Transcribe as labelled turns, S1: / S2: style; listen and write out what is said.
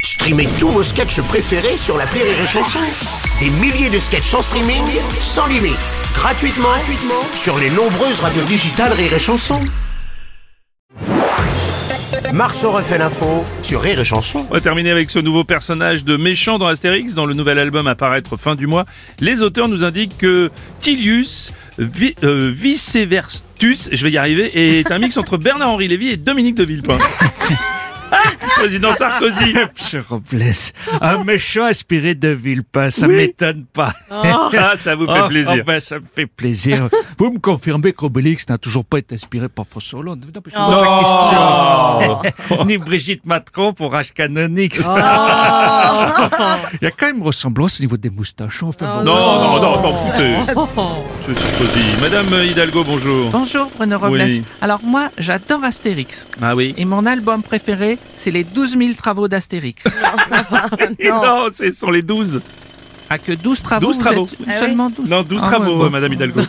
S1: Streamez tous vos sketchs préférés sur la Rire et Chanson. Des milliers de sketchs en streaming, sans limite, gratuitement, gratuitement sur les nombreuses radios digitales Rire et Chanson. Marceau refait l'info sur Rire et Chanson.
S2: On va terminer avec ce nouveau personnage de méchant dans Astérix, dans le nouvel album à paraître fin du mois. Les auteurs nous indiquent que Tilius Vi- euh, Viceverstus, je vais y arriver, est un mix entre Bernard-Henri Lévy et Dominique de Villepin. Ah, Président Sarkozy
S3: Je remplace. Un méchant aspiré de Villepin, ça m'étonne pas.
S2: Ah, ça vous fait
S3: Oh,
S2: plaisir.
S3: oh, ben, ça me fait plaisir. Vous me confirmez qu'Obélix n'a toujours pas été inspiré par François Hollande Non, mais je pose
S2: Oh.
S3: la question. Ni Brigitte Matron pour H. Canonix. Il y a quand même ressemblance au niveau des moustaches. Enfin,
S2: Oh, Non,
S3: voilà.
S2: non, non, non, écoutez.
S3: Oh.
S2: Monsieur Sarkozy. Madame Hidalgo, bonjour.
S4: Bonjour Bruno Robles.
S2: Oui.
S4: Alors moi, j'adore Astérix.
S2: Ah oui.
S4: Et mon album préféré, c'est les 12 000 travaux d'Astérix.
S2: Non, ce sont les 12.
S4: À Ah, que 12 travaux,
S2: 12
S4: vous
S2: travaux. Ah
S4: êtes seulement 12.
S2: Non, 12
S4: Ah ouais,
S2: travaux,
S4: bon.
S2: euh, Madame Hidalgo.